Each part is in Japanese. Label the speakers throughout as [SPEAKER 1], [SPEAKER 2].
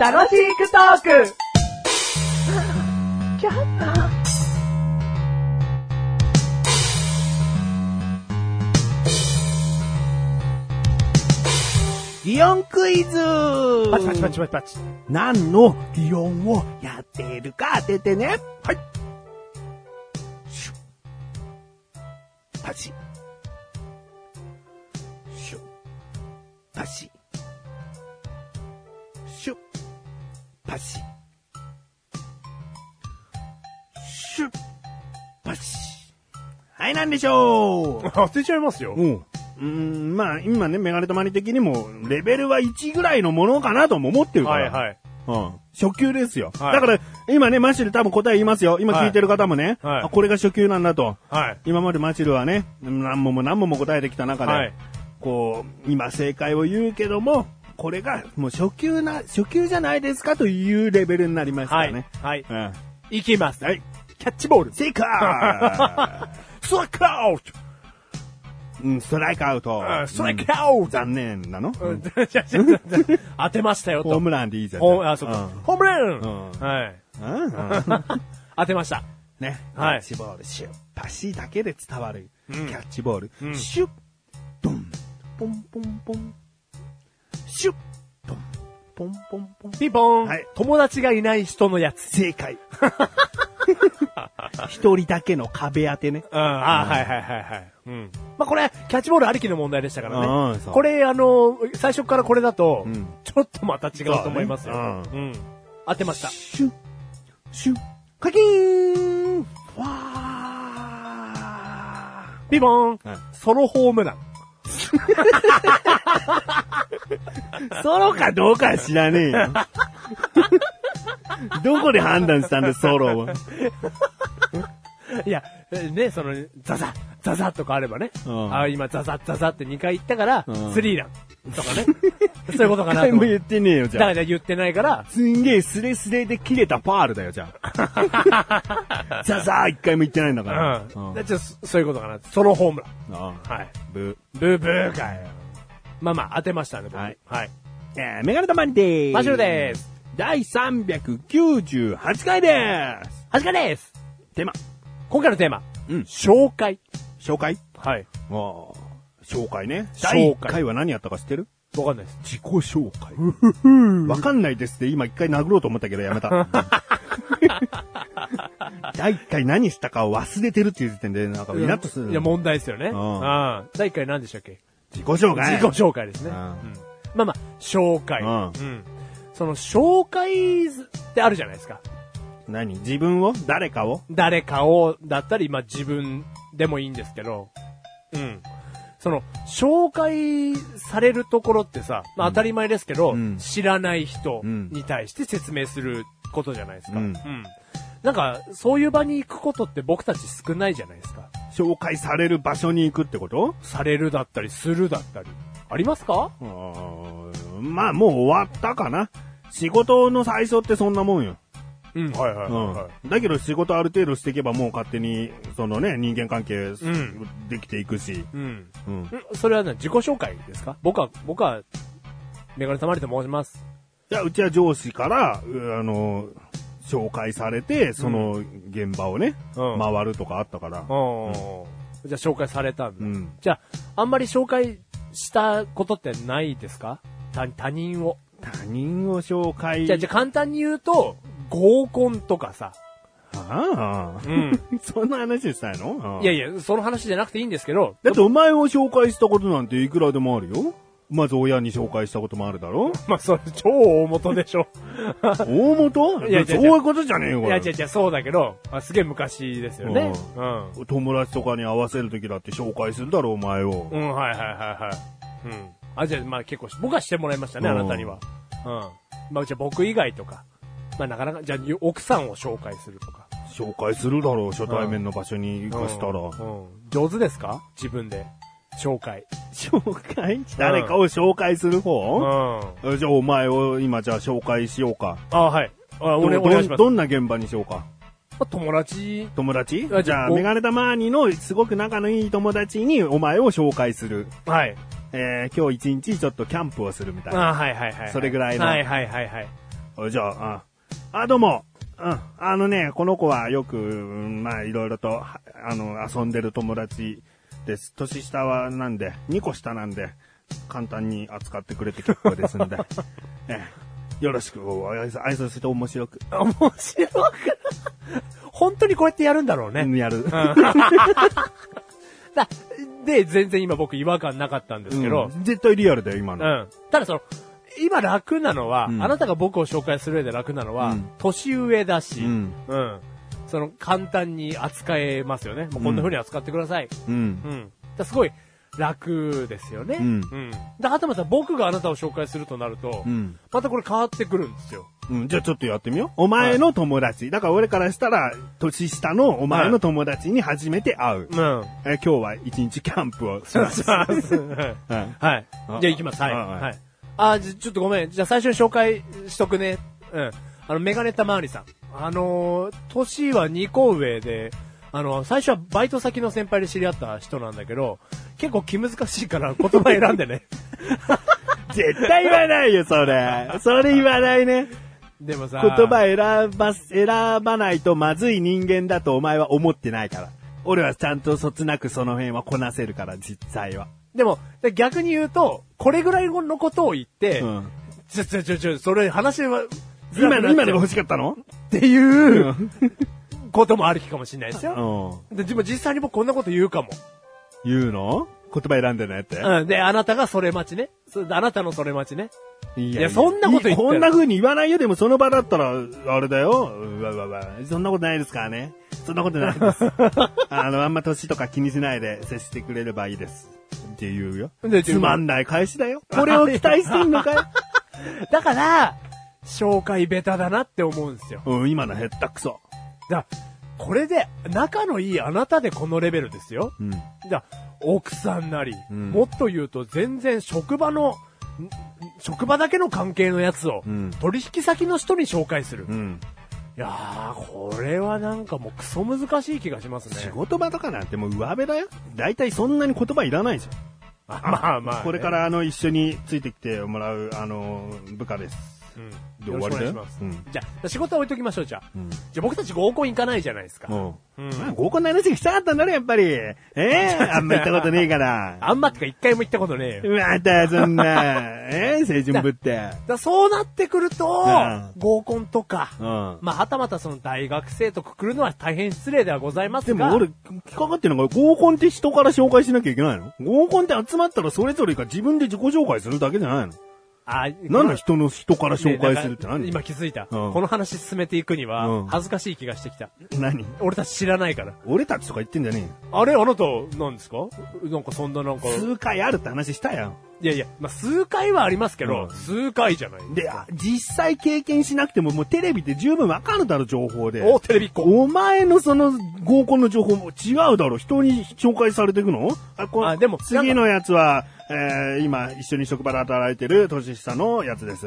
[SPEAKER 1] 楽しくトーク
[SPEAKER 2] 擬音クイズ
[SPEAKER 3] パチパチパチパチパチ。
[SPEAKER 2] 何の擬音をやっているか当ててね。はい。シュパチ。シュパチ。シュパチ。シュパチ。はい、なんでしょう
[SPEAKER 3] 当てちゃいますよ。
[SPEAKER 2] うん。うーん、まあ、今ね、メガネとマニ的にも、レベルは1ぐらいのものかなとも思ってるか
[SPEAKER 3] は
[SPEAKER 2] ら。
[SPEAKER 3] いはい。
[SPEAKER 2] うん。初級ですよ。
[SPEAKER 3] はい
[SPEAKER 2] だから、今ね、マシル多分答え言いますよ。今聞いてる方もね、
[SPEAKER 3] はいはい
[SPEAKER 2] あこれが初級なんだと。
[SPEAKER 3] はい。
[SPEAKER 2] 今までマシルはね、何問も何問も答えてきた中で、
[SPEAKER 3] はい
[SPEAKER 2] こう、今正解を言うけども、これがもう初級な、初級じゃないですかというレベルになりました
[SPEAKER 3] は
[SPEAKER 2] ね
[SPEAKER 3] い。。はい。
[SPEAKER 2] うん。
[SPEAKER 3] いきます。
[SPEAKER 2] はい。
[SPEAKER 3] キャッチボール。
[SPEAKER 2] 正解 ストライクアウトうん、ストライクアウト
[SPEAKER 3] うん。ストライク
[SPEAKER 2] アウト残念なの、
[SPEAKER 3] うんじゃじゃじゃじゃじゃ当てましたよ
[SPEAKER 2] ホー
[SPEAKER 3] と。
[SPEAKER 2] ムランでいいじゃん。
[SPEAKER 3] ホーム、あ、そうか。
[SPEAKER 2] ん
[SPEAKER 3] ホームラン
[SPEAKER 2] うん
[SPEAKER 3] はい。
[SPEAKER 2] うんうん
[SPEAKER 3] 当てました。
[SPEAKER 2] ね。
[SPEAKER 3] はい
[SPEAKER 2] キャッチボール、シュッ、パシだけで伝わる。
[SPEAKER 3] ん
[SPEAKER 2] キャッチボール、
[SPEAKER 3] うん
[SPEAKER 2] シュッ、ドン、ポンポンポン。シュッ、ドン、ポンポンポン。
[SPEAKER 3] ピンポン
[SPEAKER 2] はい。
[SPEAKER 3] 友達がいない人のやつ。
[SPEAKER 2] 正 解。一人だけの壁当てね。
[SPEAKER 3] うん、あーはいはいはいはい。うん。まあ、これ、キャッチボールありきの問題でしたから
[SPEAKER 2] う
[SPEAKER 3] ね
[SPEAKER 2] ん。そう
[SPEAKER 3] これ、あの、最初からこれだと
[SPEAKER 2] うん、
[SPEAKER 3] ちょっとまた違うと思いますよ。
[SPEAKER 2] そう
[SPEAKER 3] うん
[SPEAKER 2] だね。
[SPEAKER 3] 当てました。
[SPEAKER 2] シュッ、シュッ、カキーンわー
[SPEAKER 3] ピンポン
[SPEAKER 2] はい
[SPEAKER 3] ソロホームラン。
[SPEAKER 2] ソロかどうかは知らねえ よ。どこで判断したんだよ、ソロは。
[SPEAKER 3] いや、ね、その、ザザ、ザザとかあればね。
[SPEAKER 2] うん
[SPEAKER 3] あー今、ザザ、ザザって2回言ったから
[SPEAKER 2] うん、
[SPEAKER 3] スリーランとかね。 そういうことか
[SPEAKER 2] 一
[SPEAKER 3] なと
[SPEAKER 2] 回
[SPEAKER 3] 思
[SPEAKER 2] も
[SPEAKER 3] う。
[SPEAKER 2] 言ってねえよ、じ
[SPEAKER 3] だ
[SPEAKER 2] ゃあ
[SPEAKER 3] か。ら言ってないから、
[SPEAKER 2] すんげえスレスレで切れたパールだよ、じゃあ。 ザザー一回も言ってないんだ
[SPEAKER 3] う
[SPEAKER 2] から。
[SPEAKER 3] ん。
[SPEAKER 2] う
[SPEAKER 3] だ
[SPEAKER 2] ん
[SPEAKER 3] ちょっとそういうことかな。ソロホームラン。
[SPEAKER 2] ああ
[SPEAKER 3] はい。
[SPEAKER 2] ブ
[SPEAKER 3] ブーブーかよ。まあまあ、当てましたね、僕。
[SPEAKER 2] はい
[SPEAKER 3] はい。
[SPEAKER 2] ー。えーメガネ玉にでーす。
[SPEAKER 3] マシュルでーす。
[SPEAKER 2] 第398回でーす。
[SPEAKER 3] はじかです
[SPEAKER 2] テーマ、
[SPEAKER 3] 今回のテーマ、
[SPEAKER 2] うん
[SPEAKER 3] 紹介。
[SPEAKER 2] 紹介
[SPEAKER 3] はい。
[SPEAKER 2] あー紹介ね。
[SPEAKER 3] 紹介
[SPEAKER 2] 第1回は何やったか知ってる
[SPEAKER 3] わかんないです。
[SPEAKER 2] 自己紹介。わかんないですって今一回殴ろうと思ったけどやめた。 第1回何したかを忘れてるっていう時点でなんかイラッとする。
[SPEAKER 3] いや、問題ですよね。
[SPEAKER 2] ん
[SPEAKER 3] うん。第1回何でしたっけ
[SPEAKER 2] 自己紹介。
[SPEAKER 3] 自己紹介ですね。う
[SPEAKER 2] うんん
[SPEAKER 3] まあまあ、紹介。
[SPEAKER 2] う
[SPEAKER 3] うんん。その、紹介ってあるじゃないですか。
[SPEAKER 2] 何自分を誰かを
[SPEAKER 3] 誰かを、だったり、まあ自分でもいいんですけど。うん。その、紹介されるところってさ、まあ当たり前ですけど、
[SPEAKER 2] うん
[SPEAKER 3] 知らない人
[SPEAKER 2] うん
[SPEAKER 3] に対して説明することじゃないですか。
[SPEAKER 2] うん
[SPEAKER 3] なんか、そういう場に行くことって僕たち少ないじゃないですか。
[SPEAKER 2] 紹介される場所に行くってこと
[SPEAKER 3] されるだったり、するだったり。ありますか
[SPEAKER 2] あーまあもう終わったかな。仕事の最初ってそんなもんよ。
[SPEAKER 3] うん、はいは
[SPEAKER 2] うん。だけど仕事ある程度していけばもう勝手に、そのね、人間関係、
[SPEAKER 3] ん
[SPEAKER 2] できていくし。
[SPEAKER 3] い。うん。
[SPEAKER 2] うん。
[SPEAKER 3] んそれはね、自己紹介ですか僕は、僕は、メガネたまりと申します。
[SPEAKER 2] いや、うちは上司から、うあの、紹介されて、その現場をね、
[SPEAKER 3] うん
[SPEAKER 2] 回るとかあったから。
[SPEAKER 3] うん。じゃあ紹介されたんだ。
[SPEAKER 2] うん
[SPEAKER 3] じゃあ、あんまり紹介したことってないですか他他人を。
[SPEAKER 2] 他人を紹介。
[SPEAKER 3] じゃあ、じゃあ簡単に言うと、合コンとかさ。
[SPEAKER 2] あ あ。
[SPEAKER 3] ん。
[SPEAKER 2] そんな話したいの
[SPEAKER 3] いやいや、その話じゃなくていいんですけど、
[SPEAKER 2] だってお前を紹介したことなんていくらでもあるよ。まず親に紹介したこともあるだろ
[SPEAKER 3] まあ、それ超大元でしょ。
[SPEAKER 2] 大元
[SPEAKER 3] いやいやいや
[SPEAKER 2] そういうことじゃねえよ、
[SPEAKER 3] い
[SPEAKER 2] こ
[SPEAKER 3] や、
[SPEAKER 2] れ
[SPEAKER 3] 違う違う、そうだけど、あすげえ昔ですよね。
[SPEAKER 2] う
[SPEAKER 3] うん。
[SPEAKER 2] 友達とかに会わせるときだって紹介するだろ、お前を。
[SPEAKER 3] うん、はいはいはいはい。うん。あ、じゃあ、まあ結構し、僕はしてもらいましたね、あ
[SPEAKER 2] うん
[SPEAKER 3] なたには。うん。まあ、うちは僕以外とか。まあ、なかなか、じゃあ、奥さんを紹介するとか。
[SPEAKER 2] 紹介するだろ、初対面の場所に行かしたら。
[SPEAKER 3] うん。うん上手ですか自分で。紹介。
[SPEAKER 2] 紹介誰かを紹介する
[SPEAKER 3] うん。
[SPEAKER 2] 方、
[SPEAKER 3] あ、
[SPEAKER 2] えじゃあお前を今じゃあ紹介しようか。
[SPEAKER 3] はい。あ俺、
[SPEAKER 2] ど
[SPEAKER 3] お願いします。
[SPEAKER 2] どんな現場にしようか。
[SPEAKER 3] まあ友達、
[SPEAKER 2] 友達
[SPEAKER 3] あ
[SPEAKER 2] じゃあ、
[SPEAKER 3] お
[SPEAKER 2] メガネタマーニのすごく仲のいい友達にお前を紹介する。
[SPEAKER 3] はい。
[SPEAKER 2] えー今日一日ちょっとキャンプをするみたいな。
[SPEAKER 3] あーはいはいはい。
[SPEAKER 2] それぐらいの
[SPEAKER 3] はいはいはいはい。
[SPEAKER 2] おじゃあ、あ、あどうも。うん。あのね、この子はよく、うんまあ、いろいろと、はあの、遊んでる友達です。年下は、なんで、2個下なんで、簡単に扱ってくれて結構です んで。ええよろしく、お挨拶挨拶して面白く、
[SPEAKER 3] 面白くない。 本当にこうやってやるんだろうね。
[SPEAKER 2] うんやる。
[SPEAKER 3] だで、全然今僕違和感なかったんですけど、
[SPEAKER 2] うん絶対リアルだよ、今
[SPEAKER 3] う
[SPEAKER 2] の。
[SPEAKER 3] ん。ただその、今楽なのは、
[SPEAKER 2] うん
[SPEAKER 3] あなたが僕を紹介する上で楽なのは、
[SPEAKER 2] うん
[SPEAKER 3] 年上だし、
[SPEAKER 2] うん
[SPEAKER 3] うんその、簡単に扱えますよね。もうこんな風に扱ってください。
[SPEAKER 2] うん
[SPEAKER 3] うん。だからすごい、楽ですよね。
[SPEAKER 2] うん
[SPEAKER 3] で、はたまた僕があなたを紹介するとなると、
[SPEAKER 2] うん
[SPEAKER 3] またこれ変わってくるんですよ。
[SPEAKER 2] うん、じゃあちょっとやってみよう。お前の友達。だから俺からしたら、年下のお前の友達に初めて会う。
[SPEAKER 3] うん。
[SPEAKER 2] え今日は一日キャンプをします。
[SPEAKER 3] はい
[SPEAKER 2] うん
[SPEAKER 3] はい。
[SPEAKER 2] あ
[SPEAKER 3] じゃあ行きます。はい。
[SPEAKER 2] はいはい
[SPEAKER 3] はい。あ、じゃちょっとごめん。じゃあ最初に紹介しとくね。うん。あの、メガネたまわりさん。あのー、年は2個上で、あの、最初はバイト先の先輩で知り合った人なんだけど、結構気難しいから言葉選んでね。
[SPEAKER 2] 絶対言わないよ、それ。それ言わないね。
[SPEAKER 3] でもさ、
[SPEAKER 2] 言葉選ばす、選ばないとまずい人間だとお前は思ってないから。俺はちゃんとそつなくその辺はこなせるから、実際は。
[SPEAKER 3] でも、で逆に言うと、これぐらいのことを言って、
[SPEAKER 2] うん
[SPEAKER 3] ちょちょちょちょ、それ話は、
[SPEAKER 2] 今の、今のが欲
[SPEAKER 3] っ
[SPEAKER 2] しかったの
[SPEAKER 3] ていうこともある日かもしれないですよ。
[SPEAKER 2] う
[SPEAKER 3] ででも実際に僕こんなこと言うかも。
[SPEAKER 2] ん。言うの言葉選んでないって。
[SPEAKER 3] うん。で、あなたがそれ待ちね。そあなたのそれ待ちね。
[SPEAKER 2] い
[SPEAKER 3] いやそんなこと言ったら
[SPEAKER 2] こんな風に言わないよ。でもその場だったら、あれだよ。うわうわうわ。そんなことないですからね。そんなことない です。あの、あんま年とか気にしないで接してくれればいいです。って言うよ
[SPEAKER 3] で。
[SPEAKER 2] つまんない返し だよ。これを期待してんのかよ。
[SPEAKER 3] だから、紹介ベタだなって思うんですよ。
[SPEAKER 2] うん、今のヘったくそ。
[SPEAKER 3] だこれで、仲のいいあなたでこのレベルですよ。
[SPEAKER 2] うん。
[SPEAKER 3] だ奥さんなり、
[SPEAKER 2] うん
[SPEAKER 3] もっと言うと全然職場の、ん職場だけの関係のやつを、
[SPEAKER 2] うん
[SPEAKER 3] 取引先の人に紹介する。い
[SPEAKER 2] ん。
[SPEAKER 3] やー、これはなんかもうクソ難しい気がしますね。
[SPEAKER 2] 仕事場とかなんてもう上辺だよ。大体そんなに言葉いらないじゃん。
[SPEAKER 3] あ まあまあね、
[SPEAKER 2] これからあの、一緒についてきてもらう、あの、部下です。
[SPEAKER 3] うん、
[SPEAKER 2] で
[SPEAKER 3] よろ
[SPEAKER 2] 終わ
[SPEAKER 3] しくお願い
[SPEAKER 2] りだよ
[SPEAKER 3] します。
[SPEAKER 2] うん
[SPEAKER 3] じゃあ、仕事は置いときましょう、じゃあ。
[SPEAKER 2] うん
[SPEAKER 3] じゃあ僕たち合コン行かないじゃないですか。
[SPEAKER 2] うん。
[SPEAKER 3] うん
[SPEAKER 2] まあ合コンの話がしたかったんだろ、やっぱり。ええあんま行ったことねえから。
[SPEAKER 3] あんまってか一回も行ったことねえよ。だか
[SPEAKER 2] また、そんな、ええ青春ぶって。
[SPEAKER 3] らそうなってくると、
[SPEAKER 2] うん
[SPEAKER 3] 合コンとか、
[SPEAKER 2] うん。
[SPEAKER 3] まあ、はたまたその大学生とくくるのは大変失礼ではございます
[SPEAKER 2] で
[SPEAKER 3] が。
[SPEAKER 2] も俺、引っかかってるのが、合コンって人から紹介しなきゃいけないの合コンって集まったらそれぞれが自分で自己紹介するだけじゃないの
[SPEAKER 3] あ、
[SPEAKER 2] 何の人の人から紹介するって
[SPEAKER 3] ね
[SPEAKER 2] 何
[SPEAKER 3] 今気づいた、
[SPEAKER 2] うん
[SPEAKER 3] この話進めていくに
[SPEAKER 2] うん
[SPEAKER 3] は、恥ずかしい気がしてきた。
[SPEAKER 2] 何
[SPEAKER 3] 俺たち知らないから。
[SPEAKER 2] 俺たちとか言ってんじゃね
[SPEAKER 3] あれあなた、なんですかなんかそんななんか
[SPEAKER 2] え。よ。数回あるって話したやん。
[SPEAKER 3] いやいや、まあ、数回はありますけど、
[SPEAKER 2] うん
[SPEAKER 3] 数回じゃない。
[SPEAKER 2] で、あ実際経験しなくてももうテレビで十分わかるだろ、情報で。
[SPEAKER 3] お、テレビっ子。
[SPEAKER 2] お前のその合コンの情報も違うだろ人に紹介されていくのあ、こ
[SPEAKER 3] あでも
[SPEAKER 2] 次のやつは、えー、今一緒に職場で働いてる年下のやつです。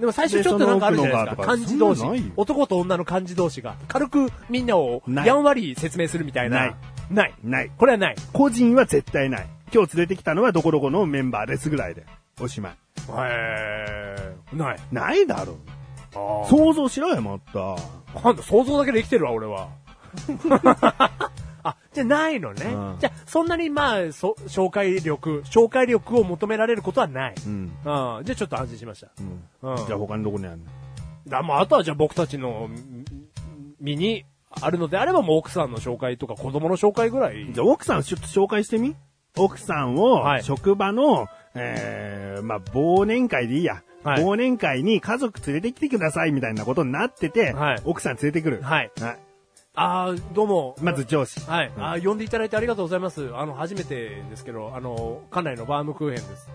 [SPEAKER 3] でも最初ちょっとなんかあるじゃないです
[SPEAKER 2] でその奥のが
[SPEAKER 3] か。漢
[SPEAKER 2] とか
[SPEAKER 3] 字同士
[SPEAKER 2] そんなのないよ。
[SPEAKER 3] 男と女の漢字同士が、軽くみんなを
[SPEAKER 2] ない
[SPEAKER 3] やんわり説明するみたいな。
[SPEAKER 2] ない。
[SPEAKER 3] ない。
[SPEAKER 2] ない。
[SPEAKER 3] これはない。
[SPEAKER 2] 個人は絶対ない。今日連れてきたのはどこどこのメンバーですぐらいで。おしまい。
[SPEAKER 3] へー。ない。
[SPEAKER 2] ないだろ
[SPEAKER 3] あそ
[SPEAKER 2] 想像しろよ、もっと。
[SPEAKER 3] う。なんだ、想像だけで生きてるわ、俺は。あ、じゃあないのね。
[SPEAKER 2] うん
[SPEAKER 3] じゃあ、そんなにまあ、そ、紹介力、紹介力を求められることはない。
[SPEAKER 2] う
[SPEAKER 3] うん。
[SPEAKER 2] ん。
[SPEAKER 3] じゃあちょっと安心しました。
[SPEAKER 2] うん。
[SPEAKER 3] うん。
[SPEAKER 2] じゃあ他のどこにあるの
[SPEAKER 3] だまあ、あとはじゃあ僕たちのん身にあるのであれば、もう奥さんの紹介とか子供の紹介ぐらい。
[SPEAKER 2] じゃあ奥さんちょっと紹介してみ奥さんを
[SPEAKER 3] は、い
[SPEAKER 2] 職場の、えー、まあ、忘年会でいいや。
[SPEAKER 3] はい
[SPEAKER 2] 忘年会に家族連れてきてくださいみたいなことになってて、
[SPEAKER 3] はい
[SPEAKER 2] 奥さん連れてくる。
[SPEAKER 3] はい。
[SPEAKER 2] はい
[SPEAKER 3] あーどうも。
[SPEAKER 2] まず上司。
[SPEAKER 3] はい、
[SPEAKER 2] うん
[SPEAKER 3] あ呼んでいただいてありがとうございます。あの、初めてですけど、あの、館内のバームクーヘンです。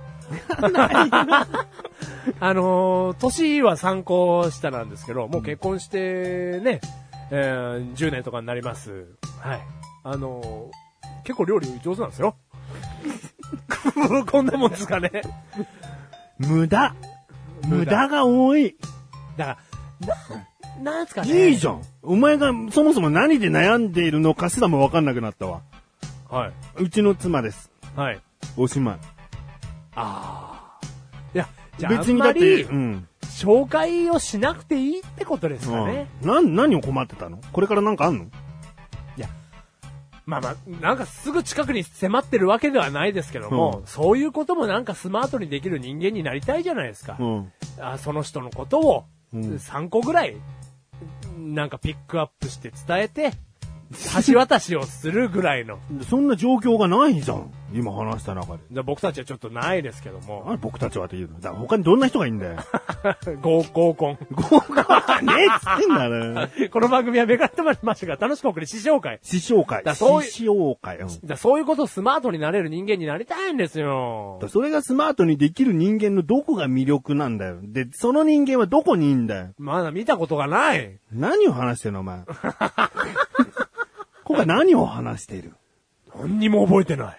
[SPEAKER 3] あの、年は参考下なんですけど、もう結婚してね、えー10年とかになります。はい。あの、結構料理上手なんですよ。 こんなもんですかね。
[SPEAKER 2] 無駄。無
[SPEAKER 3] 無駄
[SPEAKER 2] 駄が多い。
[SPEAKER 3] だから、な、なんすかね。
[SPEAKER 2] いいじゃん。お前がそもそも何で悩んでいるのかすらもわかんなくなったわ。
[SPEAKER 3] は
[SPEAKER 2] うちの妻です。
[SPEAKER 3] い。はい。
[SPEAKER 2] おしまい。
[SPEAKER 3] ああ。いや、じゃあ、
[SPEAKER 2] 別にだって、
[SPEAKER 3] あ
[SPEAKER 2] う
[SPEAKER 3] んまり
[SPEAKER 2] ん。
[SPEAKER 3] 紹介をしなくていいってことですかね。
[SPEAKER 2] うん、な、何を困ってたのこれからなんかあんの
[SPEAKER 3] まあまあ、なんかすぐ近くに迫ってるわけではないですけども、
[SPEAKER 2] う
[SPEAKER 3] そういうこともなんかスマートにできる人間になりたいじゃないですか。
[SPEAKER 2] うん。
[SPEAKER 3] あその人のことを、
[SPEAKER 2] うん
[SPEAKER 3] 3個ぐらい、なんかピックアップして伝えて、橋渡しをするぐらいの。
[SPEAKER 2] そんな状況がないじゃん。今話した中で。
[SPEAKER 3] で僕たちはちょっとないですけども、
[SPEAKER 2] あ僕たちはって言うの。だから他にどんな人がいいん だよ。
[SPEAKER 3] 合合コン。
[SPEAKER 2] 豪華ねえっつってん だね。
[SPEAKER 3] この番組はメガネたまりましたが、楽しくお送り、試乗会。
[SPEAKER 2] 師匠会
[SPEAKER 3] だ。そういう
[SPEAKER 2] 師匠会。うん。だか
[SPEAKER 3] だそういうことをスマートになれる人間になりたいんですよ
[SPEAKER 2] ら。それがスマートにできる人間のどこが魅力なんだよ。で、その人間はどこにいんだよ。
[SPEAKER 3] まだ見たことがない。
[SPEAKER 2] 何を話してんの、お 前。今回何を話している
[SPEAKER 3] 何にも覚えてない。